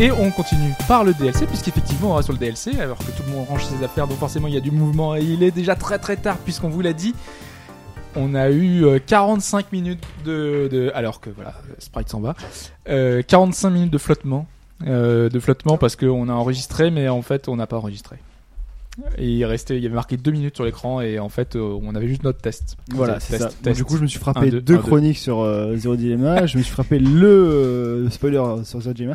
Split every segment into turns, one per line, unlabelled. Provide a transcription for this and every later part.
Et on continue par le DLC, puisqu'effectivement, on reste sur le DLC, alors que tout le monde range ses affaires, donc forcément, il y a du mouvement. Et il est déjà très très tard, puisqu'on vous l'a dit. On a eu euh, 45 minutes de, de- Alors que voilà, euh, Sprite s'en va. Euh, 45 minutes de flottement. euh, de flottement parce qu'on a enregistré, mais en fait, on n'a pas enregistré. Et il restait, il y avait marqué 2 minutes sur l'écran, et en fait, euh, on avait juste notre test.
Voilà,
Test,
c'est ça.
test,
Donc,
test.
du coup, je me suis
Un,
frappé
deux,
deux
un, deux.
chroniques sur euh, Zero Dilemma. je me suis frappé le euh, spoiler sur Zero Dilemma.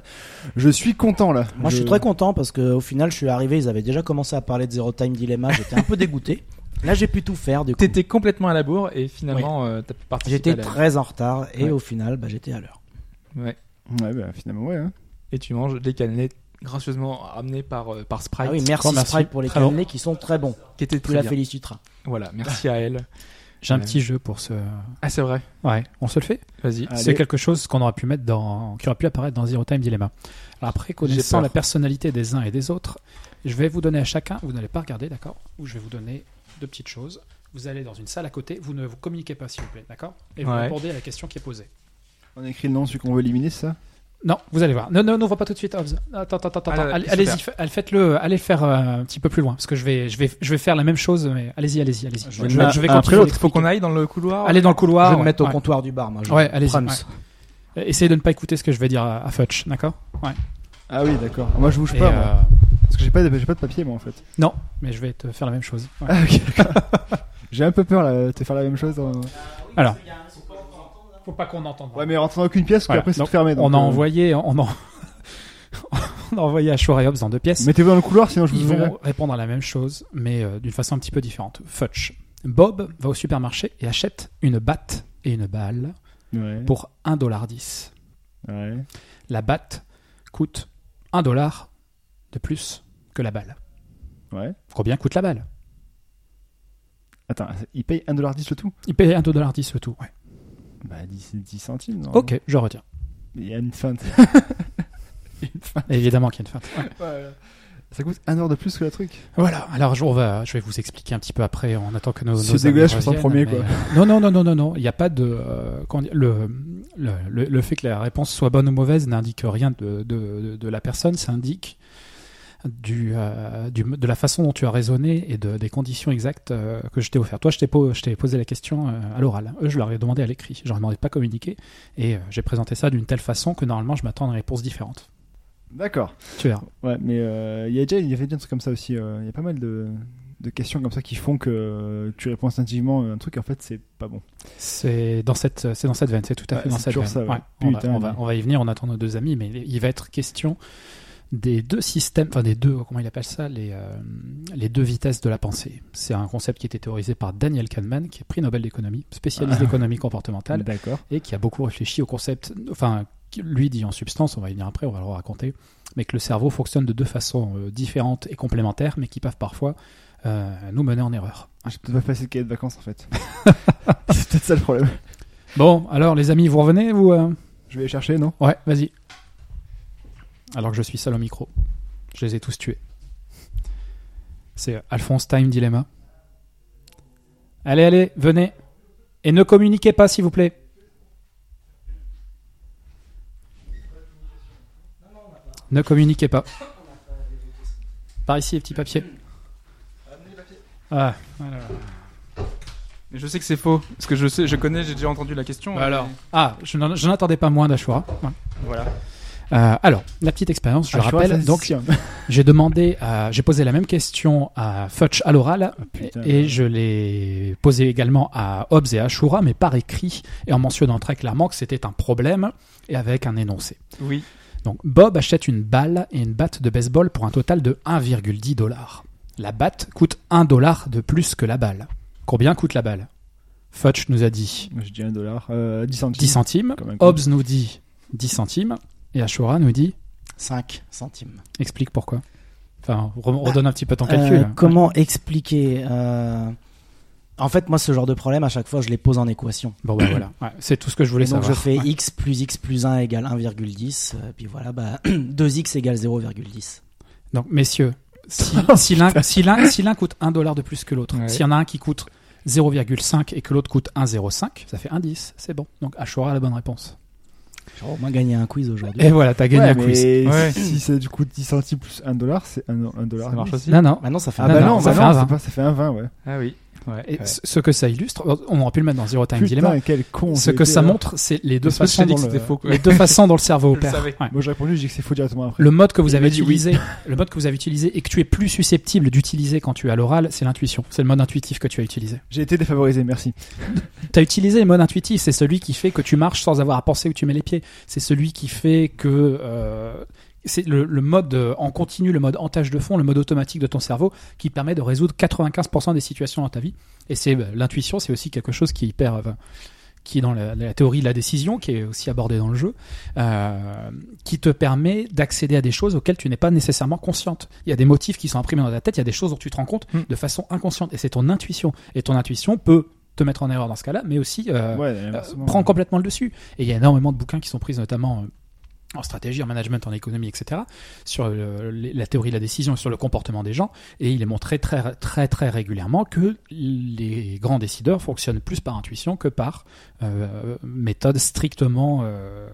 Je suis content là.
Moi, je suis très content parce qu'au final, je suis arrivé, ils avaient déjà commencé à parler de Zero Time Dilemma. J'étais un peu dégoûté. Là, j'ai pu tout faire. Du coup,
T'étais complètement à la bourre, et finalement, euh, t'as pu participer à
j'étais
la-
très en retard et
Ouais.
au final, bah, j'étais à l'heure.
Ouais.
Ouais, bah, finalement, ouais. hein.
Et tu manges des cannelettes gracieusement ramenées par, euh, par Sprite,
Ah oui, merci,
Bon, merci.
Sprite pour les
Très bon.
cannelés qui sont très bons.
qui était très
Tu la
bien.
féliciteras.
Voilà, merci à elle.
J'ai un
Ouais.
petit jeu pour ce.
Ah, c'est vrai.
Ouais, on se le fait.
Vas-y.
Allez.
C'est quelque chose qu'on aurait pu mettre dans, qui aurait pu apparaître dans Zero Time Dilemma. Alors après, connaissant
peur.
la personnalité des uns et des autres, je vais vous donner à chacun, vous n'allez pas regarder, d'accord Ou je vais vous donner deux petites choses. Vous allez dans une salle à côté, vous ne vous communiquez pas, s'il vous plaît, d'accord Et vous
Ouais.
répondez à la question qui est posée.
On écrit le nom, celui qu'on veut éliminer, c'est ça
Non, vous allez voir. Non, non, non, on voit pas tout de suite. Hobbs. Attends, attends, attends, attends.
Ah, là, là,
Allez-
super.
allez-y, fa- allez, faites-le. Allez le faire euh, un petit peu plus loin, parce que je vais, je vais, je vais faire la même chose. Mais allez-y, allez-y, allez-y.
Je vais le mettre un après
continuer
l'autre.
Faut
d'expliquer.
qu'on aille dans le couloir.
Allez dans le couloir.
je vais me
ouais,
mettre au
ouais.
comptoir du bar, moi. je-
Ouais, allez-y.
Prams.
ouais. Euh, Essayez de ne pas écouter ce que je vais dire à, à Futch, d'accord Ouais.
Ah oui, d'accord. Moi, je bouge
Et,
pas.
euh,
moi. Parce que j'ai pas, de- j'ai pas de papier, moi, en fait.
non, mais je vais te faire la même chose. Ouais.
Ah, ok, d'accord. J'ai un peu peur là, de faire la même chose. hein.
Alors. Faut pas qu'on entende.
Ouais, mais rentre dans aucune pièce, parce
Voilà.
qu'après c'est
Donc,
fermé. donc,
on a
euh,
envoyé, on en- on a envoyé à Shore et Hobbs dans deux pièces.
Mettez-vous dans le couloir, sinon je
Ils
vous
vont
verrai.
répondre à la même chose, mais euh, d'une façon un petit peu différente. Futch. Bob va au supermarché et achète une batte et une balle
Ouais.
pour 1,10$.
Ouais.
La batte coûte 1$ dollar de plus que la balle.
Ouais.
Combien coûte la balle
Attends, il paye 1,10$ le tout
Il paye 1,10$ le tout. ouais.
Bah, 10, 10 centimes. non
Ok, je retiens.
Il y a une feinte.
Évidemment qu'il y a une fin.
Ça coûte 1 heure de plus que le truc.
Voilà, alors je, on va, je vais vous expliquer un petit peu après, on attend que nos...
C'est
nos amis
dégueulasse, je suis en premier,
reviennent, mais,
quoi.
euh, non, non, non, non, non, non, il n'y a pas de... euh, comment dire, le, le, le, le fait que la réponse soit bonne ou mauvaise n'indique rien de, de, de, de la personne, ça indique du, euh, du, de la façon dont tu as raisonné et de, des conditions exactes euh, que je t'ai offert. Toi, je t'ai po- je t'ai posé la question euh, à l'oral, eux, je leur ai demandé à l'écrit, je leur ai demandé de pas communiquer, et euh, j'ai présenté ça d'une telle façon que normalement, je m'attends à une réponse différente.
D'accord.
Tu verras.
Ouais, mais euh, il y a déjà, il y avait déjà un truc comme ça aussi. euh, Il y a pas mal de, de questions comme ça qui font que euh, tu réponds instinctivement à un truc et en fait c'est pas bon.
C'est dans cette, c'est dans cette veine, c'est tout à
Ouais,
fait dans
c'est
cette
toujours
veine.
ça, ouais.
Ouais, on, va,
Putain,
on, va,
mais-
on va y venir, on attend nos deux amis, mais il va être question des deux systèmes, enfin des deux, comment il appelle ça, les, euh, les deux vitesses de la pensée. C'est un concept qui était théorisé par Daniel Kahneman, qui est prix Nobel d'économie, spécialiste
Ah.
d'économie comportementale,
D'accord.
et qui a beaucoup réfléchi au concept, enfin, qui, lui dit en substance, on va y venir après, on va le raconter, mais que le cerveau fonctionne de deux façons euh, différentes et complémentaires, mais qui peuvent parfois euh, nous mener en erreur.
J'ai peut-être pas passé de cahier de vacances en fait. c'est peut-être ça le problème.
Bon, alors les amis, vous revenez, vous euh
Je vais les chercher, non
Ouais, vas-y. Alors que je suis seul au micro. Je les ai tous tués. C'est euh, Alphonse Time Dilemma. Allez, allez, venez. Et ne communiquez pas, s'il vous plaît. Ne communiquez pas. Par ici, les petits papiers. Ah, voilà.
Mais je sais que c'est faux, parce que je sais, je connais, j'ai déjà entendu la question.
Bah alors. Ah, je n'en je n'en attendais pas moins d'Ashura.
Voilà.
Euh, alors, la petite expérience, je
Ah, vois, ça,
rappelle.
c'est
Donc,
sûr.
J'ai demandé, à- j'ai posé la même question à Futch à l'oral
putain.
et je l'ai posée également à Hobbes et à Shura, mais par écrit et en mentionnant très clairement que c'était un problème et avec un énoncé.
Oui.
Donc Bob achète une balle et une batte de baseball pour un total de 1,10 dollars. La batte coûte 1 dollar de plus que la balle. Combien coûte la balle Futch nous a dit
Moi, je dis 1 dollar, euh, 10 centimes.
10 centimes,
Comme un con.
Hobbes nous dit 10 centimes et Ashura nous dit
5 centimes.
explique pourquoi. Enfin, re- redonne un petit peu ton calcul. hein.
Euh, comment expliquer euh, En fait, moi, ce genre de problème, à chaque fois, je les pose en équation.
Bon bah voilà, Ouais, c'est tout ce que je voulais
Et donc,
savoir.
je fais
Ouais.
x plus x plus 1 égale 1,10. euh, Puis voilà, bah, 2x égale 0,10.
Donc messieurs, si, si l'un si l'un- si l'un coûte 1 dollar de plus que l'autre,
Ouais.
s'il y en a un qui coûte 0,5 et que l'autre coûte 1,05, ça fait 1,10, c'est bon. Donc Ashura a la bonne réponse.
J'aurais au moins gagné un quiz aujourd'hui.
Et voilà, t'as gagné
Ouais,
un
mais
quiz.
si-
Ouais.
Si c'est du coup 10 centimes plus 1 dollar, c'est 1 dollar.
Ça marche aussi
Non, non.
Maintenant, ça fait
Ah
un
bah
Non,
non,
ça
bah
fait un
non,
vingt.
c'est pas- ça fait un 20, ouais.
Ah oui.
Ouais, et
Ouais.
ce- Ce que ça illustre, on aurait pu le mettre dans Zero Time Dilemma.
Putain, quel con. j'ai
Ce
été,
que
hein.
ça
là.
montre, c'est les deux
C'est parce que je
façons
t'ai dit
dans
que
le,
c'était faux, quoi.
les deux façons dont le cerveau
Je le
opère.
savais.
Ouais.
Moi j'ai répondu, j'ai dit que c'est faux directement après.
Le mode que vous
Il
avez
m'a dit oui.
utilisé, le mode que vous avez utilisé et que tu es plus susceptible d'utiliser quand tu es à l'oral, c'est l'intuition. C'est le mode intuitif que tu as utilisé.
J'ai été défavorisé, merci.
T'as utilisé le mode intuitif, c'est celui qui fait que tu marches sans avoir à penser où tu mets les pieds. C'est celui qui fait que euh, c'est le, le mode euh, en continu, le mode en tâche de fond, le mode automatique de ton cerveau qui te permet de résoudre 95% des situations dans ta vie. Et c'est bah, l'intuition, c'est aussi quelque chose qui est hyper, euh, qui est dans la, la théorie de la décision, qui est aussi abordée dans le jeu, euh, qui te permet d'accéder à des choses auxquelles tu n'es pas nécessairement consciente. Il y a des motifs qui sont imprimés dans ta tête, il y a des choses dont tu te rends compte
Mm.
de façon inconsciente, et c'est ton intuition. Et ton intuition peut te mettre en erreur dans ce cas-là, mais aussi euh,
ouais,
euh,
inversement.
prend complètement le dessus. Et il y a énormément de bouquins qui sont pris, notamment euh, en stratégie, en management, en économie, etc., sur euh, les- la théorie de la décision et sur le comportement des gens. Et il est montré très, très, très régulièrement que les grands décideurs fonctionnent plus par intuition que par euh, méthode strictement, euh,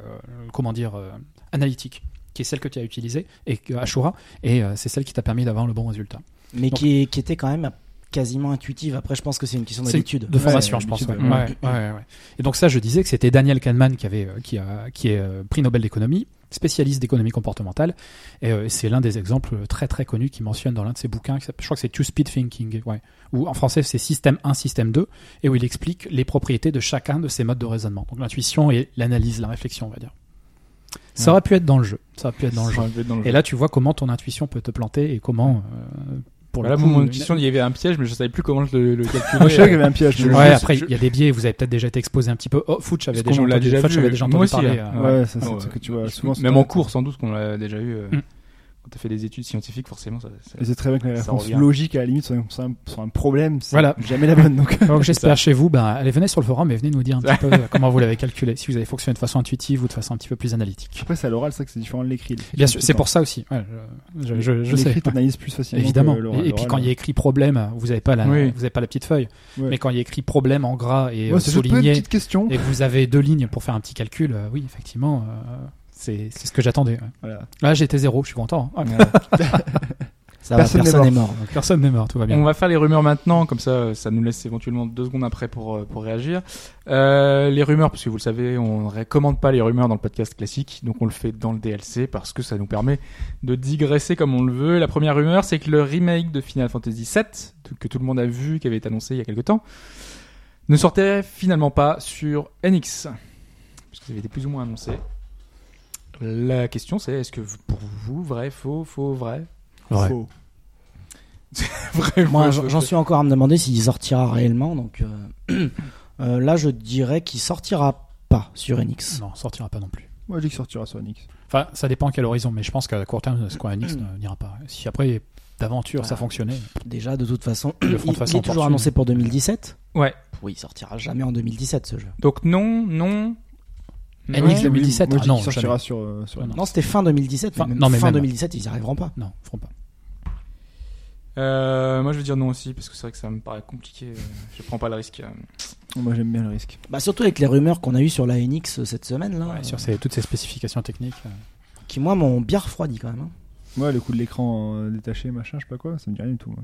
comment dire, euh, analytique qui est celle que tu as utilisée et que Ashura et euh, c'est celle qui t'a permis d'avoir le bon résultat.
Mais
Donc-
qui, qui était quand même quasiment intuitive. Après, je pense que c'est une question
C'est
d'habitude.
de formation,
Ouais,
je pense. Ouais.
d'habitude,
ouais.
Ouais, ouais, ouais. Et donc ça, je disais que c'était Daniel Kahneman qui avait, euh, qui a, qui est euh, prix Nobel d'économie, spécialiste d'économie comportementale, et euh, c'est l'un des exemples très très connus qu'il mentionne dans l'un de ses bouquins. qui s'appelle- Je crois que c'est Two Speed Thinking, ouais. Ou en français c'est Système 1, Système 2, et où il explique les propriétés de chacun de ces modes de raisonnement. Donc l'intuition et l'analyse, la réflexion, on va dire. Ça
Ouais.
aurait pu être dans le jeu. Ça aurait pu être dans le jeu.
J'aurais pu être dans le
Et
jeu.
là, tu vois comment ton intuition peut te planter et comment. euh, pour
Voilà,
le
moi,
coup,
Bah mon
une-
question, il y avait un piège, mais je savais plus comment je le, le calculais.
Moi je savais qu'il y avait un piège.
je-
mais-
je-
Ouais,
je-
après,
je-
il y a des biais, vous avez peut-être déjà été exposé un petit peu. Oh, Fouch avait
Parce
déjà
qu'on l'a
entendu,
déjà
Fouch
vu.
avait déjà
Moi
entendu
aussi,
parler.
hein.
euh,
Ouais.
Ouais, ça c'est
Ah
un
ouais.
truc que tu vois souvent. sur
Même
Internet.
en cours, sans doute, qu'on l'a déjà eu. euh,
Mm.
Quand t'as fait des études scientifiques, forcément, ça. ça-
Et c'est très bien que les
Ça
réponses
revient.
logiques à la limite sont un, sont un- sont un problème. c'est
Voilà.
Jamais la bonne donc.
euh. Donc j'espère chez vous, ben, allez, venez sur le forum et venez nous dire un petit peu euh, comment vous l'avez calculé, si vous avez fonctionné de façon intuitive ou de façon un petit peu plus analytique.
Après c'est à l'oral, c'est vrai que c'est différent de l'écrit.
Bien sûr, c'est pour ça aussi. Ouais, je je- je- je sais.
L'écrit
ouais.
t'analyses plus facilement.
Évidemment.
que l'oral.
Et, et puis
L'oral,
quand il y a écrit problème, vous n'avez pas la,
Oui.
vous avez pas la petite feuille.
Ouais.
Mais quand il y a écrit problème en gras et euh,
Ouais, c'est juste une
souligné
petite question.
et que vous avez deux lignes pour faire un petit calcul, euh, oui, effectivement, euh, c'est c'est ce que j'attendais. ouais.
Voilà.
Là, j'étais zéro, je suis content. hein.
Voilà.
Ça va,
Personne
personne,
n'est
n'est mort.
Donc, Personne n'est mort, tout va bien.
On va faire les rumeurs maintenant, comme ça, euh, ça nous laisse éventuellement deux secondes après pour, euh, pour réagir. Euh, les rumeurs, parce que vous le savez, on ne recommande pas les rumeurs dans le podcast classique, donc on le fait dans le DLC parce que ça nous permet de digresser comme on le veut. La première rumeur, c'est que le remake de Final Fantasy VII, que tout le monde a vu, qui avait été annoncé il y a quelque temps, ne sortait finalement pas sur NX, puisque ça avait été plus ou moins annoncé. La question, c'est est-ce que vous- pour vous, vrai, faux, faux, vrai
Faux.
Vrai,
Moi,
faux,
j'en
faux,
j'en
faux.
suis encore à me demander s'il sortira réellement. Donc euh, euh, là, je dirais qu'il sortira pas sur Enix.
Non, sortira pas non plus.
Moi je dis que sortira sur Nix.
Enfin, ça dépend à quel horizon, mais je pense qu'à court terme, Square Enix ne- n'ira pas. Si après, d'aventure, ça
Ah.
fonctionnait.
Déjà, de toute façon,
Ils le
il,
feront de façon
il est toujours
opportune.
annoncé pour 2017.
Ouais.
Oui, il sortira jamais en 2017 ce jeu.
Donc non, non.
NX
non.
Nix 2017,
Moi je
ah
dis
non, Ah
qu'il sortira sur euh, sur
Ouais, non.
Nix.
Non, c'était fin 2017.
Fin-
mais même
non, mais
fin
même.
2017, ils y arriveront pas.
Non, ils feront pas.
Euh, moi je veux dire non aussi parce que c'est vrai que ça me paraît compliqué. euh, Je prends pas le risque. euh.
Moi j'aime bien le risque.
Bah, surtout avec les rumeurs qu'on a eues sur la Enix euh, cette semaine, là,
Ouais,
euh,
sur ces- toutes ces spécifications techniques. euh.
qui, moi, m'ont bien refroidi quand même. hein.
Ouais, le coup de l'écran euh, détaché, machin, je sais pas quoi, ça me dit rien du tout. moi.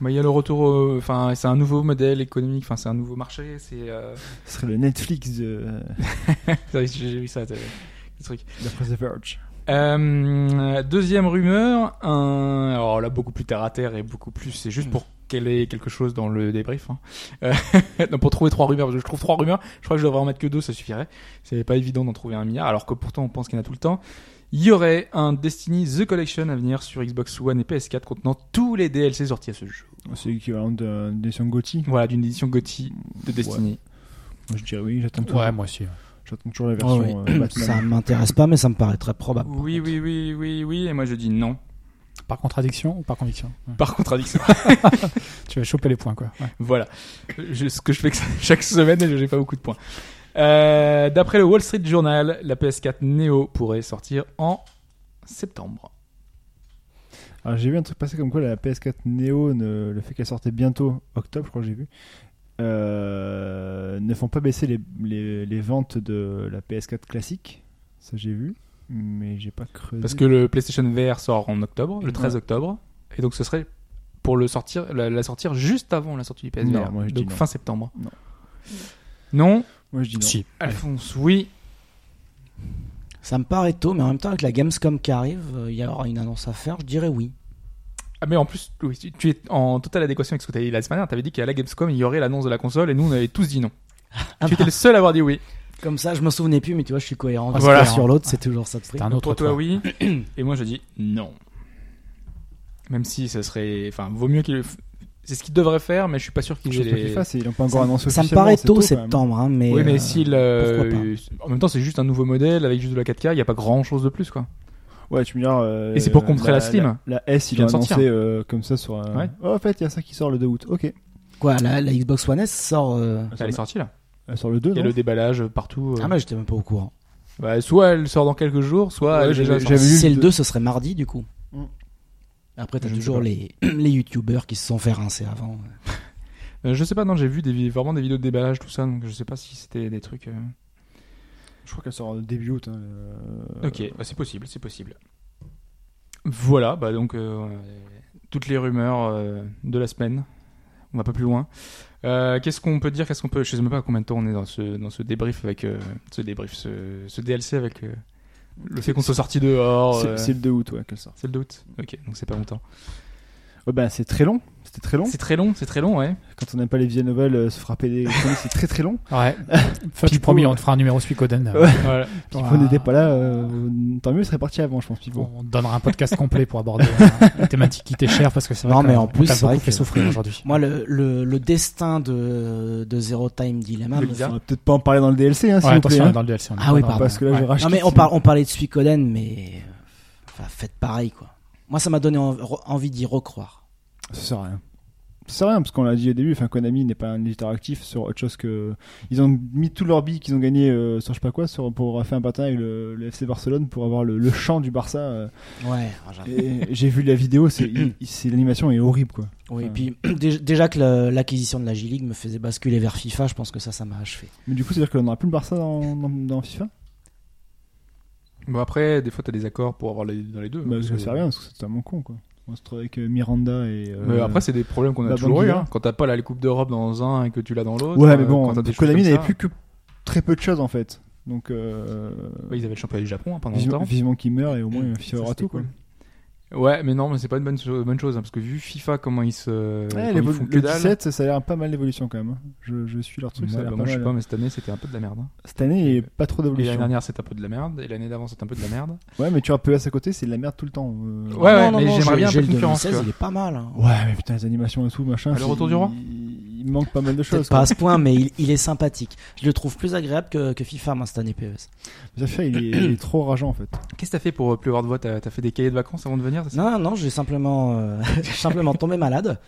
Mais il y a le retour. au- Enfin, c'est un nouveau modèle économique. Enfin, c'est un nouveau marché. C'est. euh,
Ce serait le Netflix de,
c'est vrai, J'ai j'ai vu ça. t'as- ce truc.
d'après The Verge.
Euh, deuxième rumeur. Un... Alors là, beaucoup plus terre à terre et beaucoup plus. C'est juste pour qu'elle ait quelque chose dans le débrief. hein. Euh, non, pour trouver trois rumeurs. parce que Je trouve trois rumeurs. Je crois que je devrais en mettre que deux, ça suffirait. C'est pas évident d'en trouver un milliard, alors que pourtant on pense qu'il y en a tout le temps. Il y aurait un Destiny The Collection à venir sur Xbox One et PS4 contenant tous les DLC sortis à ce jeu.
C'est l'équivalent de- d'une édition Gauthier.
Voilà, d'une édition GOTY de Destiny.
Moi je dirais oui, j'attends toujours,
Ouais, moi aussi. ouais.
j'attends toujours la version
Ah oui.
euh, Batman.
Ça m'intéresse pas, mais ça me paraît très probable.
Oui, oui, oui, oui, oui, et moi je dis non.
Par contradiction ou par conviction Ouais.
Par contradiction.
Tu vas choper les points, quoi. Ouais.
Voilà. Je- ce que je fais que ça- chaque semaine et j'ai pas beaucoup de points. Euh, D'après le Wall Street Journal, la PS4 Neo pourrait sortir en septembre.
Alors j'ai vu un truc passer comme quoi la PS4 Neo, ne- le fait qu'elle sortait bientôt, octobre je crois que j'ai vu, euh, ne font pas baisser les, les- les ventes de la PS4 classique. Ça, j'ai vu. Mais j'ai pas creusé.
Parce que le PlayStation VR sort en octobre, le 13 octobre, et donc ce serait pour le sortir, la, la sortir juste avant la sortie du PSVR,
Non, moi, je dis
donc
non.
fin septembre.
Non.
Non,
Moi, je dis non.
Si.
Alphonse, oui.
Ça me paraît tôt, mais en même temps, avec la Gamescom qui arrive, euh, il y aura une annonce à faire, je dirais oui.
Ah, mais en plus, Louis, tu- tu es en totale adéquation avec ce que tu as dit la semaine dernière. Tu avais dit qu'à la Gamescom, il y aurait l'annonce de la console, et nous, on avait tous dit non.
Ah
tu
bah.
étais le seul à avoir dit oui.
Comme ça, je m'en souvenais plus, mais tu vois, je suis cohérent.
Ah,
voilà.
Voilà. Sur l'autre, c'est toujours ça de prix.
T'as un autre
Pour toi,
toi.
oui. Et moi, je dis non. Même si ça serait. Enfin, vaut mieux qu'il. le f- C'est ce qu'il devrait faire, mais je suis pas sûr qu'il
Je
ait
sais pas qu'ils
les-
fassent, ils l'ont pas encore
Ça,
annoncé
ça me
officiellement,
paraît
c'est
tôt,
quand même.
septembre, hein, mais.
Oui, mais
euh,
s'il.
pourquoi
euh, En même temps, c'est juste un nouveau modèle avec juste de la 4K, il n'y a pas grand chose de plus, quoi.
Ouais, tu me diras. euh,
Et c'est pour contrer la Slim.
La, la S,
Qui
ils l'ont
vient de sortir.
annoncé euh, comme ça sur. un-
Ouais.
Oh, en fait, il y a ça qui sort le 2 août. Ok.
Quoi, la, la Xbox One S sort. euh,
Elle est sortie, là.
Elle sort le 2.
Il y a
non
le déballage partout. euh.
Ah, mais j'étais même pas au courant.
Bah, soit elle sort dans quelques jours, soit
Ouais,
elle est déjà
j'avais-
sortie.
j'avais-
Si
vu
c'est
le
le 2, ce serait mardi, du coup.
Mm.
Après, t'as
Je ne sais
toujours
pas.
les, les youtubeurs qui se sont fait rincer avant.
Euh, je sais pas, non, j'ai vu des, vi- vraiment des vidéos de déballage, tout ça, donc je sais pas si c'était des trucs. euh,
Je crois qu'elle sort début août. hein, euh,
Ok, bah, c'est possible, c'est possible. Voilà, bah donc euh, toutes les rumeurs euh, de la semaine. On va pas plus loin. Euh, qu'est-ce qu'on peut dire Qu'est-ce qu'on peut Je sais même pas combien de temps on est dans ce dans ce débrief avec euh, ce débrief, ce, ce DLC avec euh, le fait qu'on soit sorti dehors.
C'est
euh,
c'est le 2 août, ouais, qu'elle sort.
c'est le doute. Ok, donc c'est pas longtemps.
Oh, ben, c'est très long. C'était très long.
C'est très long, c'est très long, ouais.
Quand on n'aime pas les vieilles nouvelles, euh, se frapper des comics, c'est très très long.
Ouais. Faites du
Pipo, ouais.
promis, on te fera un numéro Suikoden. euh,
Ouais.
Voilà.
Si
pour
vous
un-
n'étiez pas là, euh, tant mieux, il serait parti avant, je pense. Pipo.
On te donnera un podcast complet pour aborder euh, une thématique qui t'est chère parce que c'est vrai
Non,
qu'on-
mais en
on
plus,
t'a
c'est vrai
beaucoup fait
que-
souffrir aujourd'hui.
Moi, le, le, le destin de, de Zero Time Dilemma.
Le
me-
bizarre.
On va peut-être pas en parler dans le DLC, hein, s'il
Ouais,
vous plaît.
attention, on
hein.
est dans le DLC. on est
Ah
pas
oui,
dans-
pardon.
Parce que là, je
Ouais.
rachète.
Non, mais on, parle, on parlait de Suikoden, mais. euh, Enfin, faites pareil, quoi. Moi, ça m'a donné en- re- envie d'y recroire.
Ça sert à rien. Ça sert à rien, parce qu'on l'a dit au début, enfin, Konami n'est pas un éditeur actif sur autre chose que. Ils ont mis tout leur billes qu'ils ont gagné euh, sur je sais pas quoi sur, pour faire un partenariat avec le, le FC Barcelone pour avoir le, le chant du Barça. euh.
Ouais, ah, j'avoue.
Et j'ai vu la vidéo, c'est il- il- c'est- l'animation est horrible quoi.
Oui, et
Enfin.
puis dé- déjà que le- l'acquisition de la J-League me faisait basculer vers FIFA, je pense que ça, ça m'a achevé.
Mais du coup, c'est à dire qu'on n'aura plus le Barça dans, dans, dans FIFA Bah,
Bon après, des fois t'as des accords pour avoir les, dans les deux.
bah,
donc,
Ça
euh,
sert à rien, parce que c'est tellement con quoi. On se trouve avec euh, Miranda et. euh,
Mais après, c'est des problèmes qu'on a
la
toujours eu.
Banguilla.
Hein. Quand t'as pas la Coupe d'Europe dans un et que tu l'as dans l'autre.
Ouais,
euh,
mais bon,
quand t'as des choses
Konami
comme ça.
n'avait plus que très peu de choses en fait. Donc. Euh,
Ouais, Bah, ils avaient le championnat du Japon hein, pendant
vivement,
longtemps.
vivement qu'il meurt et au moins
Ça,
FIFA aura
c'était
tout quoi.
cool. Ouais, mais non, mais c'est pas une bonne, cho- bonne chose. hein, parce que vu FIFA, comment ils se.
Ouais,
comment ils
l'évo-
font que
le
dalle.
17, ça- ça a l'air pas mal l'évolution quand même. hein. Je, je suis leur truc,
Ouais,
ça a
bah,
l'air
moi,
pas
je sais
mal. hein.
pas, mais cette année, c'était un peu de la merde. hein.
Cette année, il y a pas trop
Et l'année
d'évolution.
dernière, c'était un peu de la merde. Et l'année d'avant, c'était un peu de la merde.
Ouais, mais tu vois, PES à côté, c'est de la merde tout le temps. euh.
Ouais, ouais, mais
j'ai-
j'aimerais bien un
j'ai
peu de
le
concurrence.
2016,
tu vois.
il est pas mal. hein.
Ouais, mais putain, les animations et tout, machin.
Ah, le
c'est-
retour du roi
il, il manque pas mal de choses.
Peut-être pas à ce point, mais il, il est sympathique. Je le trouve plus agréable que, que FIFA, moi, cette année E PES.
quoi. Ça fait, il est, il est trop rageant en fait.
Qu'est-ce que t'as fait pour euh, plus avoir de voix T'as t'as fait des cahiers de vacances avant de venir c'est ça
Non, non, non, j'ai simplement, euh, j'ai simplement tombé malade.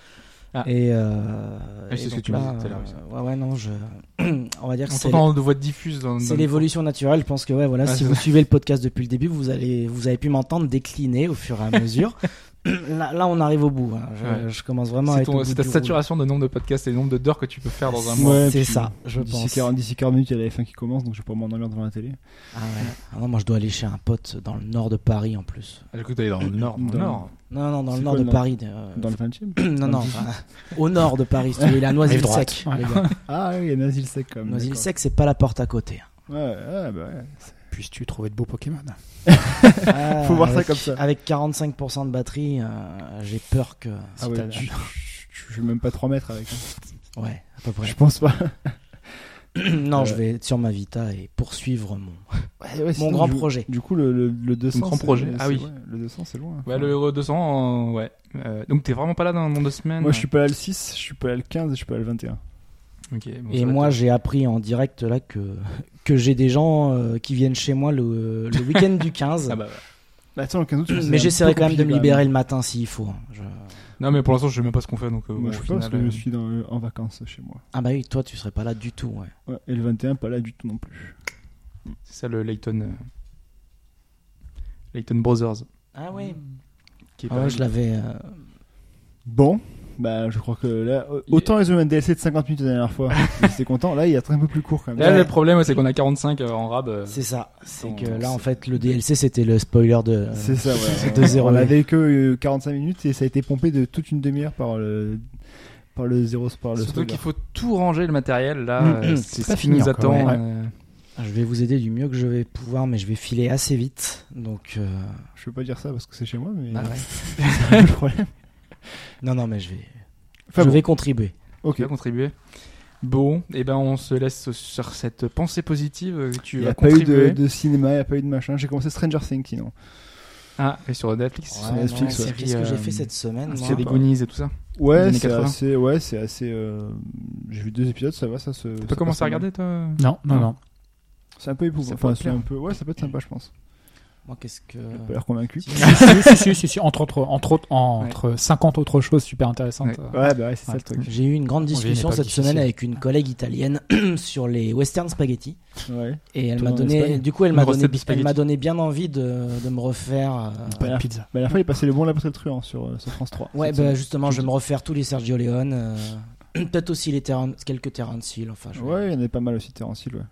Ah.
Et, euh,
Ah, c'est
et
ce
donc
que tu me
là,
disais tout à l'heure, oui,
euh, ouais, ouais, non, je, on va dire que
On
c'est,
s'entend de voix diffuse dans.
c'est
dans-
l'évolution naturelle. Je pense que ouais, voilà,
Ah,
si
c'est
vous
ça.
suivez le podcast depuis le début, vous allez, vous avez pu m'entendre décliner au fur et à mesure. là, là, on arrive au bout. hein. Je,
Ouais.
je commence vraiment à
C'est
être
ton-
au bout
c'est ta
du
saturation de nombre de podcasts et le nombre de d'heures que tu peux faire dans un
rouleau.
mois.
Ouais,
c'est
puis
ça, je
D'ici
pense.
40, d'ici 40 minutes, il y a la F1 qui commence, donc je vais pas m'endormir devant la télé.
Ah ouais. Ah non, moi je dois aller chez un pote dans le nord de Paris en plus.
J'ai cru que t'allais dans le nord. Dans le
Dans-
nord.
Non, non, dans le
C'est
nord
quoi
de
le nord
Paris. euh,
Dans le fin de film.
non, non,
dans le
enfin, au nord de Paris, si tu veux, il est à
Rive droite.
Noisy-le-Sec.
Ouais.
les gars.
Ah oui, il y a Nazil Sec quand même. d'accord.
Noisy-le-Sec, c'est pas la porte à côté. hein.
Ouais, ouais, bah ouais.
Puisses-tu trouver de beaux Pokémon
Ah,
Faut voir ça
avec-
comme ça.
Avec 45% de batterie, euh, j'ai peur que.
Ah ouais,
si t'as-
tu- je suis même pas 3 mètres avec. hein.
Ouais, à peu
Je
près.
pense pas.
non,
Euh,
je vais être sur ma Vita et poursuivre mon,
Ouais, ouais,
mon
sinon,
grand
du-
projet.
Du coup, le, le, le 200.
grand
c'est-
projet,
c'est-
ah oui.
ouais, le 200, c'est loin.
Ouais, le Euro 200, euh, ouais. Euh, donc t'es vraiment pas là dans le monde de semaine
Moi, je suis pas là le 6, je suis pas là le 15 et je suis pas là le 21.
Ok, bon, ça
Et
va
moi, j'ai appris en direct là que, que j'ai des gens euh, qui viennent chez moi le, le week-end du 15.
Ah bah, ouais.
Bah, attends, le 15 août, c'est un
Mais j'essaierai
peu
quand même de me
compliqué,
libérer
quand
le matin s'il faut. hein. Je-
Non, mais pour l'instant, je sais même pas ce qu'on fait. Donc, euh,
Moi,
bon,
je
au
sais pas parce
final,
que je
euh,
suis dans- en vacances chez moi.
Ah bah oui, toi tu serais pas là du tout. Ouais.
Ouais, et le 21, pas là du tout non plus.
C'est ça le Layton. euh, Layton Brothers.
Ah oui.
Qui est pas
Ah ouais,
mal.
je l'avais. euh,
Bon, Bah, je crois que là, euh, autant ils ont eu un DLC de 50 minutes la dernière fois, j'étais content. Là, il y a un peu plus court quand même.
Là, le problème, c'est qu'on a 45 euh, en rab. euh,
C'est ça. C'est
Attends,
que
attends,
là, en
c'est-
fait, le DLC, c'était le spoiler de. euh,
C'est ça, ouais.
de zéro,
On
oui.
avait que euh, 45 minutes et ça a été pompé de toute une demi-heure par le par le zéro par le
Surtout
spoiler.
qu'il faut tout ranger le matériel là.
Mm,
euh,
mm,
c'est
c'est
ce qui
fini
nous
encore,
attend.
ouais.
euh,
Je vais vous aider du mieux que je vais pouvoir, mais je vais filer assez vite. Donc. euh,
Je peux pas dire ça parce que c'est chez moi, mais
ah ouais.
c'est un peu le problème.
Non, non, mais je vais.
Enfin,
je
bon,
vais contribuer.
ok.
qui va contribuer. Bon, et ben on se laisse sur cette pensée positive euh, que tu
Il n'y
vas
a pas eu
contribuer.
de, de cinéma, il n'y a pas eu de machin. J'ai commencé Stranger Things sinon.
Ah, et sur Netflix.
Ouais, Netflix,
c'est-
ouais.
Qu'est-ce que
Euh,
j'ai fait cette semaine
Parce
moi
qu'il y a des Goonies et tout ça. Les
Ouais,
années
c'est
80.
assez. Ouais, c'est assez. euh, J'ai vu deux épisodes, ça va, ça se.
T'as
ça
pas commencé
passe
à regarder toi euh,
Non, non, non.
C'est un peu épouvant.
Ça
Enfin,
pourrait
c'est
plaire.
un peu. Ouais, ça peut être sympa, je pense.
Moi, qu'est-ce que.
J'ai Pas l'air convaincu.
si, si, si, si, si, si, entre autres, entre autres, entre 50 autres choses super intéressantes.
Ouais.
euh,
Ouais, bah ouais, c'est ça
Ouais.
le truc.
J'ai eu une grande
On vit une
discussion
époque
cette semaine
difficile.
avec une collègue italienne sur les western spaghetti.
Ouais. Bah,
Et elle
Tout
m'a
en
donné,
Espagne.
du coup, elle
Une
m'a
recette
donné,
de
elle
spaghetti.
m'a donné bien envie de, de me refaire. euh,
Pas l'air-
Pizza.
Bah, la fois, il passait le bon la passer le truand sur, euh, sur France 3.
ouais,
cette
bah
semaine.
justement, je vais me refaire tous les Sergio Leone, euh, peut-être aussi les Terrence- quelques Terrence Hill. Enfin, Ah, je vais-
Ouais, il y en avait pas mal aussi, Terence Hill, ouais.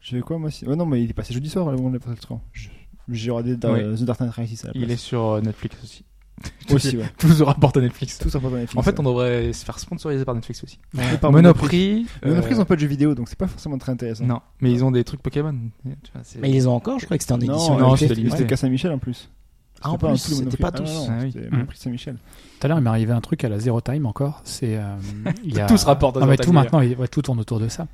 Je vais quoi, moi aussi Ouais, non, mais il est passé jeudi soir, le bon la passer le truand. Je- J'ai regardé dans,
Oui.
euh, The Dark Knight Rises à la
Il est
place.
sur euh, Netflix aussi.
Aussi, ouais.
Tout se rapporte à Netflix.
Tout ça pas dans Netflix.
En fait, on devrait se faire sponsoriser par Netflix aussi.
ouais. Et par
Monoprix. euh,
Monoprix, ils ont pas de jeux vidéo, donc c'est pas forcément très intéressant.
Non, mais ils ont des trucs Pokémon. Tu vois, c'est-
Mais ils les ont encore, je crois que c'était en édition.
non,
c'était
c'était limité.
c'était qu'à Saint-Michel en plus.
Ah, en
C'était pas
plus,
tous les
c'était
Monoprix.
pas
Ah, non,
tous.
non,
Ah oui.
c'était
Mm.
Monoprix Saint-Michel.
Tout à l'heure, il m'est arrivé un truc à la Zero Time encore. C'est euh, il y a...
Tout se rapporte à
Non,
Zero
mais
Time,
tout
d'ailleurs.
maintenant, il- ouais, tout tourne autour de ça.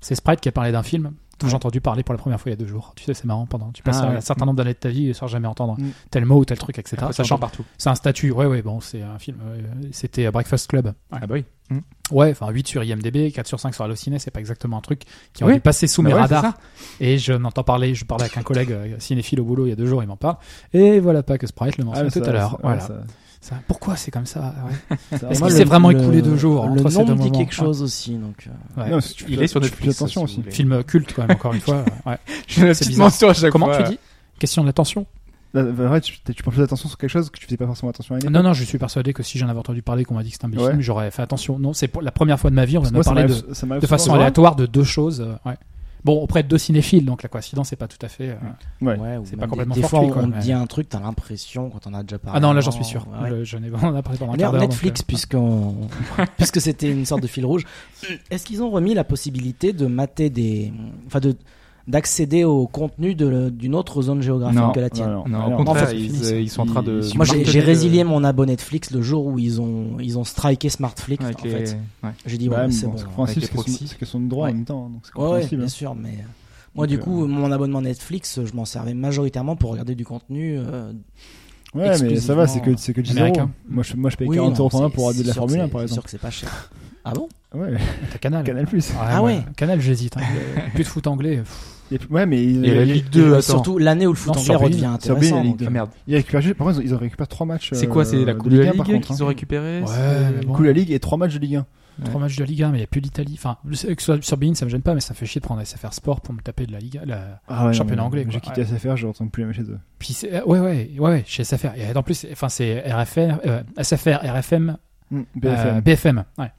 C'est Sprite qui a parlé d'un film dont j'ai entendu parler pour la première fois il y a deux jours. Tu sais, c'est marrant. Pendant, tu passes
Ah,
un
ouais.
certain nombre d'années de ta vie sans jamais entendre
Mm.
tel mot ou tel truc, etc.
Après, ça
C'est
chante
un-
partout.
C'est un statut. Ouais, ouais. Bon, c'est un film. euh, C'était Breakfast Club.
Ah bah oui.
Ouais, enfin 8 sur IMDb, 4 sur 5 sur Allociné, c'est pas exactement un truc qui aurait
Oui.
dû passer sous
Bah
mes
ouais, c'est
radars. Et je n'entends parler, je parlais avec un collègue euh, cinéphile au boulot il y a deux jours, il m'en parle. Et voilà pas que Sprite le
Ah,
mentionnait
Ah, mais
tout
ça,
à l'heure.
ça-
Voilà.
ouais,
Ça- pourquoi c'est comme ça ouais.
ça- ça-
Est-ce
Moi,
qu'il
le-
s'est vraiment
le-
écoulé deux jours
Le
entre ces
nom
deux
me dit
moments
quelque chose aussi, donc. euh,
Ouais.
Non, parce que tu
Il
fais-
est sur
tu fais
Netflix.
attention
si vous
aussi.
voulez.
Film culte quand même, encore une fois. euh, ouais.
Je fais la
C'est
petite
bizarre.
mention à chaque
Comment
fois.
tu dis Question d'attention
Là, bah, ouais, tu, tu portes plus attention sur quelque chose que tu faisais pas forcément attention à une
Non, non, je suis persuadé que si j'en avais entendu parler, qu'on m'a dit que c'était un
Ouais.
méfilm, j'aurais fait attention. Non, c'est pour la première fois de ma vie, on
Parce
vient
que moi,
de
ça
parler de,
m'arrive- ça m'arrive
de façon
souvent.
aléatoire de deux choses. euh, ouais. Bon, auprès de deux cinéphiles, donc la coïncidence n'est pas tout à fait. euh,
Ouais.
ou
C'est
même
pas
des-
complètement
Des fois,
fortuit, quoi,
on
mais-
te dit un truc, t'as l'impression quand on a déjà parlé.
Ah non, là j'en
avant,
suis sûr.
ouais.
Le- je n'ai on en a parlé pendant un quart
D'ailleurs,
d'heure, donc,
Netflix,
euh,
puisqu'on- puisque c'était une sorte de fil rouge, est-ce qu'ils ont remis la possibilité de mater des, enfin de d'accéder au contenu de le- d'une autre zone géographique
Non,
que la tienne
Non,
alors,
au contraire,
enfin, c'est fini,
ils,
ça.
euh, ils sont en train de.
Ils-
Moi, j'ai-
marteler
j'ai
le-
résilié mon abonné Netflix le jour où ils ont ils ont striké Smartflix.
Avec
en
les-
fait,
ouais.
j'ai dit
Ouais,
ouais,
mais
mais c'est
bon,
bon.
Avec
c'est
les
compréhensible, c'est
proxys.
question- c'est question de droit en
Ouais.
même temps. donc c'est
Ouais, ouais,
compréhensible,
bien
hein.
sûr, mais euh, moi
Donc, euh,
du coup, mon abonnement Netflix, je m'en servais majoritairement pour regarder du contenu. euh,
Ouais, mais ça va, c'est que,
exclusivement,
c'est que 10
américain.
euros. Moi, je, moi, je paye
oui,
40 euros
non,
par mois
c'est-
pour regarder de la
c'est sûr que
Formule 1,
c'est-
par
C'est sûr
exemple.
que c'est pas cher. Ah bon
Ouais,
euh, t'as Canal.
Canal Plus.
Ah
moi,
ouais.
Canal, j'hésite. Hein. Le- Plus de foot anglais. pff,
Et puis- Ouais, mais ils,
Et la
ils-
Ligue 2,
Et
attends.
Surtout l'année où le foot
Non,
anglais
sur Bein,
redevient
sur Bein, la
intéressant.
Ligue
donc,
deux.
Ah merde.
ils récupèrent juste- par contre, ils ont récupéré 3 matchs.
C'est quoi C'est la
euh,
Coupe de la
par
Ligue
contre,
qu'ils
hein.
ont récupéré
Ouais, mais
La
bon.
Coupe de la Ligue et 3 matchs de Ligue 1.
Trois matchs de Ligue 1, mais il n'y a plus l'Italie. Enfin, c'est- que ce soit sur Bein, ça me gêne pas, mais ça me fait chier de prendre SFR Sport pour me taper de la Ligue. La...
Ah ouais,
Championnat
non,
anglais,
J'ai
quoi.
quitté SFR, je n'entends plus la match de.
Puis c'est- eh, ouais, ouais, ouais, ouais, chez SFR. Et en plus, c'est- enfin, c'est RFR, euh, SFR, RFM,
BFM.
euh, BFM, ouais.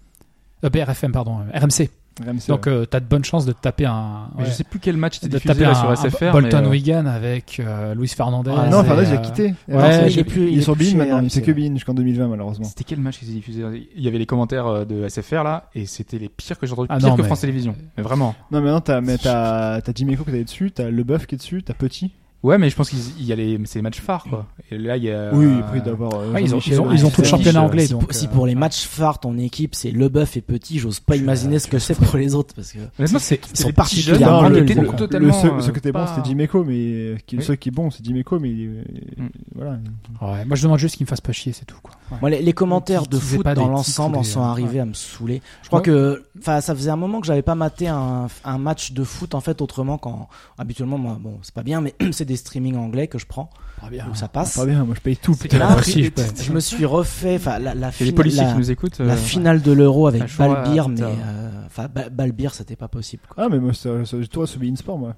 Euh, BRFM, pardon, euh, RMC.
RMC,
Donc,
ouais.
euh, t'as de bonnes chances de te taper un.
Mais
ouais,
je sais plus quel match était
de
diffusé
taper
là
un,
sur
un
SFR. mais,
Bolton
euh,
Wigan avec euh, Luis Fernandez.
Ah,
non,
et,
Fernandez,
euh,
il a quitté.
ouais,
Ah, non,
il est
plus-
il est sur
il est
Bean
plus
maintenant.
chez
C'est
RMC.
que Bean jusqu'en 2020, malheureusement.
C'était quel match qu'ils étaient diffusés Il y avait les commentaires euh, de SFR là, et c'était les pires que j'ai entendus,
Ah
pires
non,
que
mais-
France Télévisions. Mais vraiment.
Non, mais non, t'as, mais t'as, t'as Jimmy Cook qui est dessus, t'as Leboeuf qui est dessus, t'as Petit.
Ouais, mais je pense qu'il y a les, c'est les matchs phares quoi. Et là, il y a.
Oui, après d'avoir. euh,
Ouais, ils ont-
Jean-Michel,
ils ont- ils ont tout le
euh,
championnat
euh,
anglais.
si,
donc,
pour, si
euh,
pour les matchs phares, ton équipe, c'est Leboeuf et Petit, j'ose pas imaginer ce que c'est pour les autres. Parce que...
euh, Honnêtement, c'est
Ils
c'est
sont
des petits jeunes,
particulièrement
hein,
le,
qui
nuls,
étaient
quoi.
totalement,
le seul, ce
euh,
que t'es bon,
pas-
c'était Dimeco, mais euh, qui- le
Oui.
seul qui est bon, c'est Dimeco, mais euh,
Mm.
voilà.
ouais, moi, je demande juste qu'il me fasse pas chier, c'est tout. Quoi. Ouais.
Moi, les, les commentaires
Qui-
de
qui faisait
foot
pas
dans
des
l'ensemble
titres
en
ou
sont
des-
arrivés à me saouler. Je crois
Ouais.
que enfin, ça faisait un moment que j'avais pas maté un, un match de foot en fait autrement quand habituellement moi bon c'est pas bien mais c'est des streamings anglais que je prends
Ah, bien.
donc ça passe.
Pas bien, moi je paye tout.
C'est
putain.
là,
Moi aussi, je peux.
Je me suis refait enfin la,
Il y
la,
a
fina-
les policiers
la-
qui nous écoutent.
la
euh,
finale de l'Euro avec
Achoura,
Balbir mais
putain.
euh, enfin Ba- Balbir c'était pas possible. quoi.
Ah, mais moi, ça- ça- j'ai tout à Sport, moi.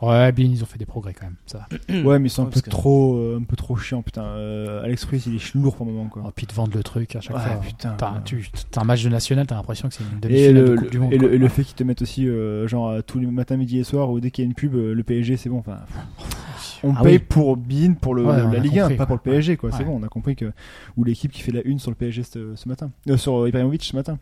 Ouais, bien, ils ont fait des progrès quand même. Ça. va.
Ouais, mais ils sont un
Ouais,
peu
parce que-
trop, euh, un peu trop chiants, putain. Euh, Alex Ruiz, il est lourd pour le moment, quoi.
Oh, puis te vendre le truc à chaque
Ouais,
fois.
putain.
T'as, tu, t'as un match de national, t'as l'impression que c'est une
Et
demi-finale
le,
de Coupe du Monde.
et le-
quoi.
et le fait qu'ils te mettent aussi, euh, genre, euh, tous les matins, midi et soir, ou dès qu'il y a une pub, euh, le PSG, c'est bon. Enfin, on
Ah
paye
oui.
pour Bean, pour le,
Ouais, on
la
a
Ligue 1,
compris,
pas
quoi.
pour le PSG, quoi.
Ouais.
C'est bon, on a compris que. Ou l'équipe qui fait la une sur le PSG ce, ce matin. Euh, sur Ibrahimovic ce matin.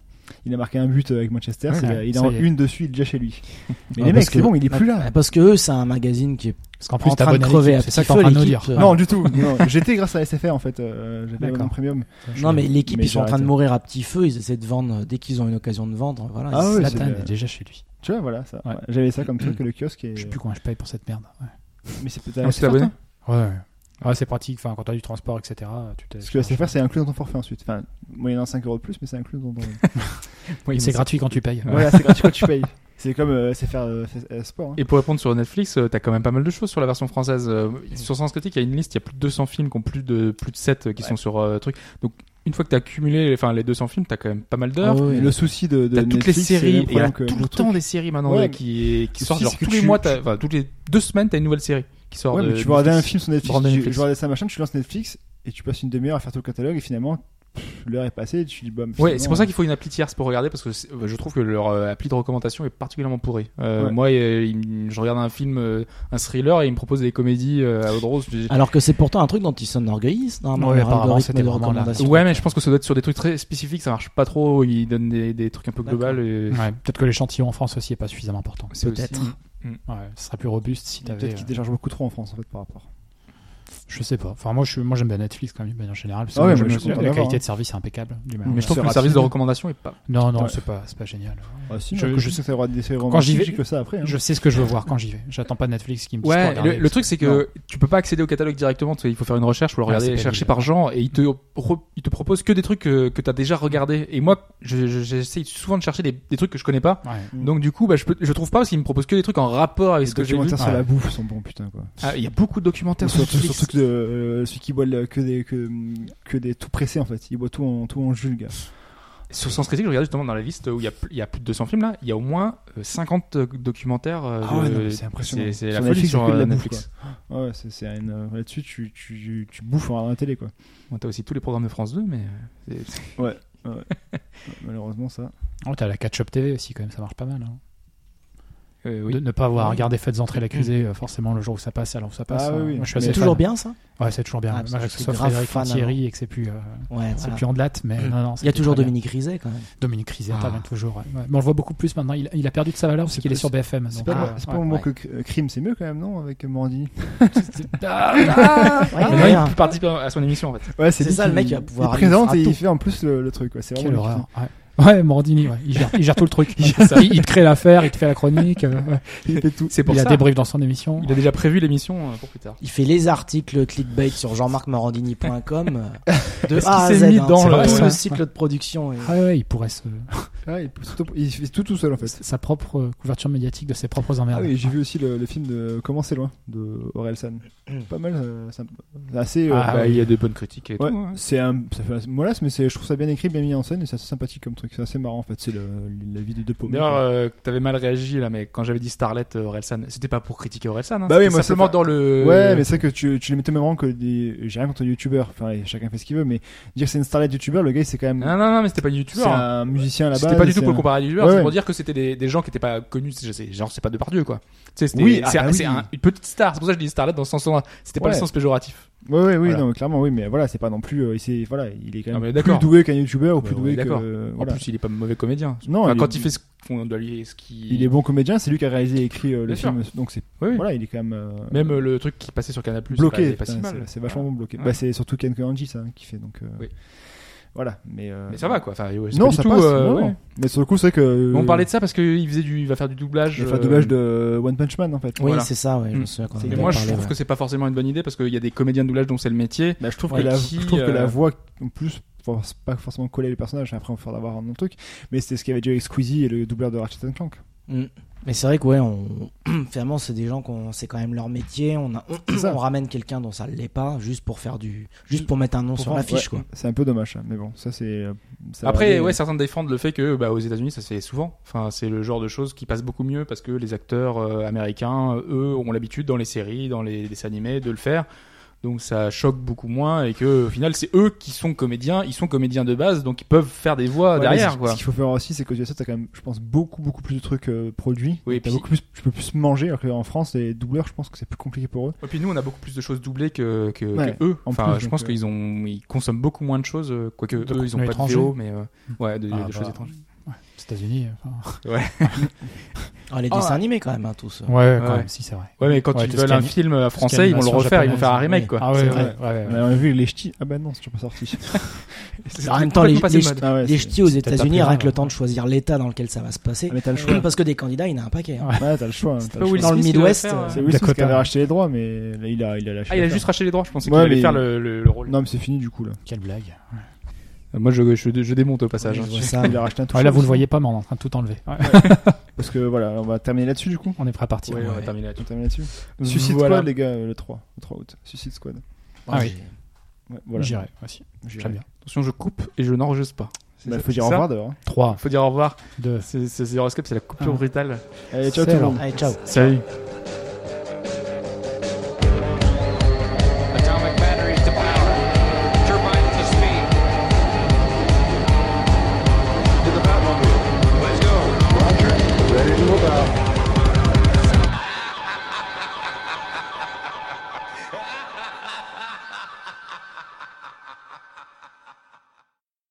Il a marqué un but euh, avec Manchester,
Ouais,
c'est-
ouais,
il est
ça
en
y est.
une dessus, il est déjà chez lui. Mais
Ouais,
les
parce
mecs, c'est
que- Ah,
bon, il est plus là.
Bah, Parce que eux, c'est un magazine qui est
Parce qu'en
en
plus, t'as
train de
bonne
crever
équipe,
à
c'est ça que
petit
t'es en train de
feu,
nous dire.
l'équipe, euh,
Non, du tout. non. J'étais grâce à SFR en fait. euh, J'avais
D'accord.
un premium.
Non, mais l'équipe,
Mais
ils sont en
j'ai
train de
arrêté.
mourir à petit feu. Ils essaient de vendre dès qu'ils ont une occasion de vendre. Voilà.
Ah
Ils-
ouais,
Zlatan
c'est
est
le-
déjà chez lui.
Tu vois, voilà ça.
Ouais.
Ouais, J'avais ça comme truc le kiosque. Et...
Je sais plus combien je paye pour cette merde. Ouais.
Mais c'est peut-être
On
la
s'est
SFR,
abonné
toi
Ouais, ouais. Ouais, c'est pratique. Enfin, quand t'as du transport, etc. Tu t'es-
Parce que la SFR c'est inclus dans ton forfait ensuite. Enfin, moyennant 5 euros de plus, mais c'est inclus dans ton.
Et c'est gratuit quand tu payes.
voilà, c'est gratuit quand tu payes. C'est comme euh, SFR euh, euh, Sport. hein.
Et pour répondre sur Netflix, euh, t'as quand même pas mal de choses sur la version française. Euh, Sur Sens Critique, il y a une liste, il y a plus de 200 films qui ont plus de, plus de 7 qui sont sur euh, truc. Donc, une fois que t'as cumulé enfin, les 200 films, t'as quand même pas mal
Ah
d'heures.
ouais.
Le souci de, de
T'as toutes les
Netflix, c'est le
séries, et
même
il y a
problème que
tout le
d'autres
temps
trucs.
des séries maintenant
Ouais,
là,
mais-
qui, qui
Le
sortent.
souci,
Genre,
c'est que
tous les
tu-
mois,
tu-
t'as- enfin, toutes les deux semaines, t'as une nouvelle série qui sort.
Ouais,
de
mais tu vas regarder un
Netflix.
film sur euh, Netflix,
Brandon
tu,
Netflix.
je regardais ça machin, tu lances Netflix et tu passes une demi-heure à faire tout le catalogue et finalement pff, l'heure est passée et tu dis bah.
Ouais,
finalement,
c'est pour ça qu'il faut une appli tierce pour regarder parce que c'est- euh, je trouve que leur euh, appli de recommandation est particulièrement pourrie. Euh,
Ouais.
Moi, euh, il me- je regarde un film, euh, un thriller, et il me propose des comédies euh, à l'eau de rose. Je dis,
Ah,
Alors que c'est pourtant un truc dont ils s'enorgueillissent. normalement,
Ouais,
leur
apparemment,
algorithme
c'était
de
vraiment là.
recommandation.
Ouais, mais je pense que ça doit être sur des trucs très spécifiques, ça marche pas trop, ils donnent des, des trucs un peu global. et-
Ouais, peut-être que l'échantillon en France aussi est pas suffisamment important.
c'est aussi-
peut-être.
Ouais, ce serait plus robuste si t'avais.
Peut-être qu'ils déchargent beaucoup trop en France en fait par rapport.
euh, Je sais pas. Enfin, moi, je suis, moi, j'aime bien Netflix quand même, de manière générale. parce que
Ah ouais,
moi,
moi,
me
je suis
souviens,
content
la
d'avoir,
qualité
hein.
de service est impeccable. du même.
Mais je trouve
C'est
que le service de
rapide.
recommandation est pas.
Non, non,
Ouais.
c'est pas, c'est pas génial.
Ah si,
Je-
je,
je-
je sais que ça aura des séries
Quand j'y
romantiques,
vais-
j'ai que ça après. hein.
Je sais ce que je veux voir quand j'y vais. J'attends pas Netflix qui me dise quoi
Ouais,
regarder,
le, le truc c'est que tu peux pas accéder au catalogue directement, tu sais, il faut faire une recherche pour le
Ouais,
regarder,
c'est pas
chercher
évident.
par genre, et il te, pro- il te propose que des trucs que, que t'as déjà regardé. Et moi, je- je- j'essaye souvent de chercher des, des trucs que je connais pas.
Ouais.
Mm.
Donc du coup, bah, je, peux, je trouve pas parce qu'il me propose que des trucs en rapport avec
Les
ce que j'ai vu.
documentaires sur
Ouais.
la bouffe sont bons putain quoi.
Ah, Il y a beaucoup de documentaires sur
Surtout,
Netflix.
surtout que euh, celui qui boit le- que des que, que des tout pressés en fait, il boit tout en tout en jus le gars.
Sur Sens Critique, je regardais justement dans la liste où il y a, pl- il y a plus de 200 films là, il y a au moins euh, 50 euh, documentaires. euh,
Ah ouais,
de-
non, mais c'est impressionnant.
C'est, c'est la
Sur
folie
Netflix, il y a
sur
que de la
euh,
bouffe,
Netflix.
Ouais, c'est c'est une euh, là-dessus tu, tu tu bouffes en regardant la télé quoi.
Bon, t'as aussi tous les programmes de France 2, mais euh, c'est-
Ouais, Malheureusement ça.
Oh, t'as la Catch-Up TV aussi, quand même, ça marche pas mal. hein.
euh,
De
oui.
ne pas avoir
Ouais.
regardé Faites entrer l'accusé euh, forcément le jour où ça passe, alors où ça passe.
Ah,
euh,
oui, oui.
Moi, je suis
Mais
assez
C'est toujours
fan.
bien ça
Ouais, c'est toujours bien.
Ah,
Moi,
parce que
que
je
ce
suis
soit
grave
Frédéric
fan,
Thierry et que c'est plus, euh,
Ouais,
c'est
voilà.
plus en date, mais non, non,
Il y a
c'était
toujours
très bien.
Dominique Rizet quand même.
Dominique Rizet,
Ah.
même toujours. ouais. Ouais. Mais on le voit beaucoup plus maintenant. Il, il a perdu de sa valeur parce
C'est
qu'il est
plus-
sur BFM.
C'est
donc,
pas,
euh,
c'est pas
ouais.
au moment que euh, crime c'est mieux quand même non avec Morandini.
Ah,
Ouais, il y a
Maintenant, il
rien.
peut participer à son émission en fait.
Ouais,
C'est
lui
ça, le
qui-
mec, il va pouvoir
Il présente
aller
et
faire
il
tout.
fait en plus le, le truc quoi. C'est
Quelle
vraiment
horreur. Ouais, ouais Mordini, ouais. Il, gère, il gère tout le truc. Il, il te crée l'affaire, il te fait la chronique. euh, ouais.
Il fait tout.
C'est pour
Il a
ça.
débrief dans son émission.
Il a déjà prévu l'émission euh, pour plus tard.
Il fait les articles clickbait sur jean-marc-morandini.com euh, de
Est-ce
A à
qu'il
Z.
s'est mis
hein.
dans
C'est
le-
tout
Ouais.
cycle de production. et-
Ah ouais, il pourrait se.
Ouais, Ah, il, pousse tout- il fait tout tout seul en fait.
Sa propre euh, couverture médiatique de ses propres
Ah
emmerdes.
oui, j'ai vu aussi le, le film de Comment c'est loin de Orelsan.
Mm.
Pas mal, euh, sympa. assez. euh,
Ah
bah,
oui.
Il y a de bonnes critiques et
Ouais,
tout. hein.
c'est un, ça fait un mollasse, mais c'est, je trouve ça bien écrit, bien mis en scène, et c'est assez sympathique comme truc. C'est assez marrant en fait. C'est le, la vie de deux paumés.
D'ailleurs,
quoi.
euh, t'avais mal réagi là, mais quand j'avais dit Starlet euh, Orelsan, c'était pas pour critiquer Orelsan. Hein,
Bah oui,
c'était
moi,
simplement
c'est pas-
dans le.
Ouais, mais c'est vrai que tu, tu les mettais même rang que des. J'ai rien contre les youtubeurs, enfin et chacun fait ce qu'il veut, mais dire que c'est une starlet youtubeur, le gars c'est quand même.
Non, non, non, mais c'était pas du
c'est
youtubeur. hein.
un musicien là-bas.
C'était pas du tout pour le comparer à youtubeur,
Ouais,
c'est pour
ouais.
dire que c'était des, des gens qui étaient pas connus, c'est- c'est- genre c'est pas de Pardieu quoi. Tu sais, c'était-
Oui,
c'est
ah,
un-
bah
c'est
oui.
un- une petite star, c'est pour ça que je dis Starlet dans ce sens-là. C'était pas
Ouais.
le sens péjoratif.
Ouais, ouais, oui,
Voilà.
non, mais clairement, oui, mais voilà, c'est pas non plus. euh, il, s'est- voilà, il est quand
Non, mais
même plus
d'accord.
doué qu'un youtubeur ou plus
Ouais, on est
doué que.
d'accord.
euh,
En
voilà.
plus, il est pas mauvais comédien.
Non,
Enfin,
il
quand
est-
il fait ce qu'on doit lui, ce qui.
Il est bon comédien, c'est lui qui a réalisé et écrit euh, le
Bien sûr.
film, donc c'est
Oui, oui.
voilà, il est quand même. euh,
Même euh, le truc qui passait sur Canal Plus,
bloqué.
pas si
putain,
mal. Ah.
C'est c'est vachement bon bloqué.
Ouais.
Bah, c'est surtout Ken Kuranji ça hein, qui fait donc. euh,
Oui.
Voilà, mais. euh,
Mais ça va quoi. Enfin, ouais, c'est
Non,
pas du
ça
tout,
passe.
euh,
non,
ouais.
non. Mais sur le coup, c'est vrai que.
Mais On parlait de ça parce qu'il faisait du, il va faire du doublage.
Il va faire
euh,
doublage de One Punch Man en fait.
Oui,
Voilà.
c'est ça, ouais, je
Mm.
me souviens quand
Mais
Mais
on en
moi, je
parlait,
trouve
ouais.
que c'est pas forcément une bonne idée parce qu'il y a des comédiens de doublage dont c'est le métier.
Bah, je trouve
Ouais,
que la,
qui,
je trouve que
euh,
la voix en plus faut pas forcément coller les personnages. Après, on va falloir avoir un autre truc. Mais c'est ce qu'il y avait déjà avec Squeezie et le doubleur de Ratchet and Clank.
Mm. Mais c'est vrai que ouais, on... finalement, c'est des gens qu'on, c'est quand même leur métier. On, a...
ça.
on ramène quelqu'un dont ça l'est pas, juste pour faire du, juste pour mettre un nom
Pour
sur
vendre,
l'affiche, quoi.
C'est un peu dommage, ça, mais bon, ça c'est. euh, ça va
Après,
aller,
ouais,
euh,
certains défendent le fait que bah, aux États-Unis, ça se fait souvent. Enfin, c'est le genre de choses qui passe beaucoup mieux parce que les acteurs euh, américains, euh, eux, ont l'habitude dans les séries, dans les dessins animés, de le faire. Donc ça choque beaucoup moins et que au final, c'est eux qui sont comédiens. Ils sont comédiens de base, donc ils peuvent faire des voix
ouais, mais
derrière,
ce-
quoi.
Ce qu'il faut faire aussi, c'est qu'aux USA, t'as quand même, je pense, beaucoup, beaucoup plus de trucs euh, produits.
Oui, et
T'as
puis-
beaucoup plus, tu peux plus manger, alors qu'en France, les doubleurs, je pense que c'est plus compliqué pour eux.
Et puis nous, on a beaucoup plus de choses doublées que, que,
Ouais,
que eux.
en
Enfin,
plus,
je
donc,
pense
euh,
qu'ils ont, ils consomment beaucoup moins de choses, euh, quoique eux, ils ont
contenu
pas
étranger.
de VO, mais euh, ouais, de, de
Ah,
choses
bah.
étrangères.
États-Unis. enfin.
Ah, les
Ah.
dessins animés quand même, hein, tous.
Ouais,
Ouais.
quand même, si c'est vrai.
Ouais, mais quand
Ouais,
ils
tout ce
veulent
qui est
un
ani-
film euh,
qui est
français, ils vont le
animation
refaire, ils vont
japonaise,
faire un remake,
oui.
quoi.
Ah ouais,
c'est
ouais,
vrai.
ouais, ouais.
On avait vu les ch'tis. Ah bah non, c'est toujours pas sorti.
Ah,
C'est
En même temps, les,
complètement passé
les
de
ch'tis-
mode.
Ah ouais,
les
c'est-
ch'tis aux
c'est peut-être
États-Unis,
après,
rien que le
hein.
temps de choisir l'état dans lequel ça va se passer.
Ah, mais t'as le choix.
Parce que des candidats, il y en a un paquet. hein.
Ouais.
Ouais, t'as le choix.
C'est
t'as
pas
le
Will
choix.
Dans le
Smith qui va
Midwest,
faire,
euh,
euh,
C'est Will Smith qui
Dakota.
avait racheté les droits, mais là, il a, il a lâché.
Ah, il a
l'affaire.
juste racheté les droits, je pensais
Ouais,
qu'il allait
mais-
faire le, le- le rôle.
Non, mais c'est fini du coup là.
Quelle blague.
Moi, je, je, je démonte au passage.
Je
hein.
vois ça.
Il a racheté un tout.
Ouais, là, vous le voyez pas, mais on est en train de tout enlever.
Parce que voilà, on va terminer là-dessus du coup.
On est prêt à partir.
Ouais, on va
Ouais.
terminer là-dessus.
On termine là-dessus. Suicide
Voilà.
Squad, les gars, euh, le 3, le 3 août. Suicide Squad.
Ah oui.
j'ai-
Ouais, voilà.
J'irai aussi.
J'irai.
Très bien.
Attention, je coupe et je n'enregistre pas.
Bah,
ça-
faut dire au
ça
revoir d'abord.
3,
Faut dire au revoir.
2,
C'est c'est- c'est Horoscope, c'est la coupure
Ah.
brutale.
Allez, ciao tout
C'est
le monde.
Allez, ciao.
Salut.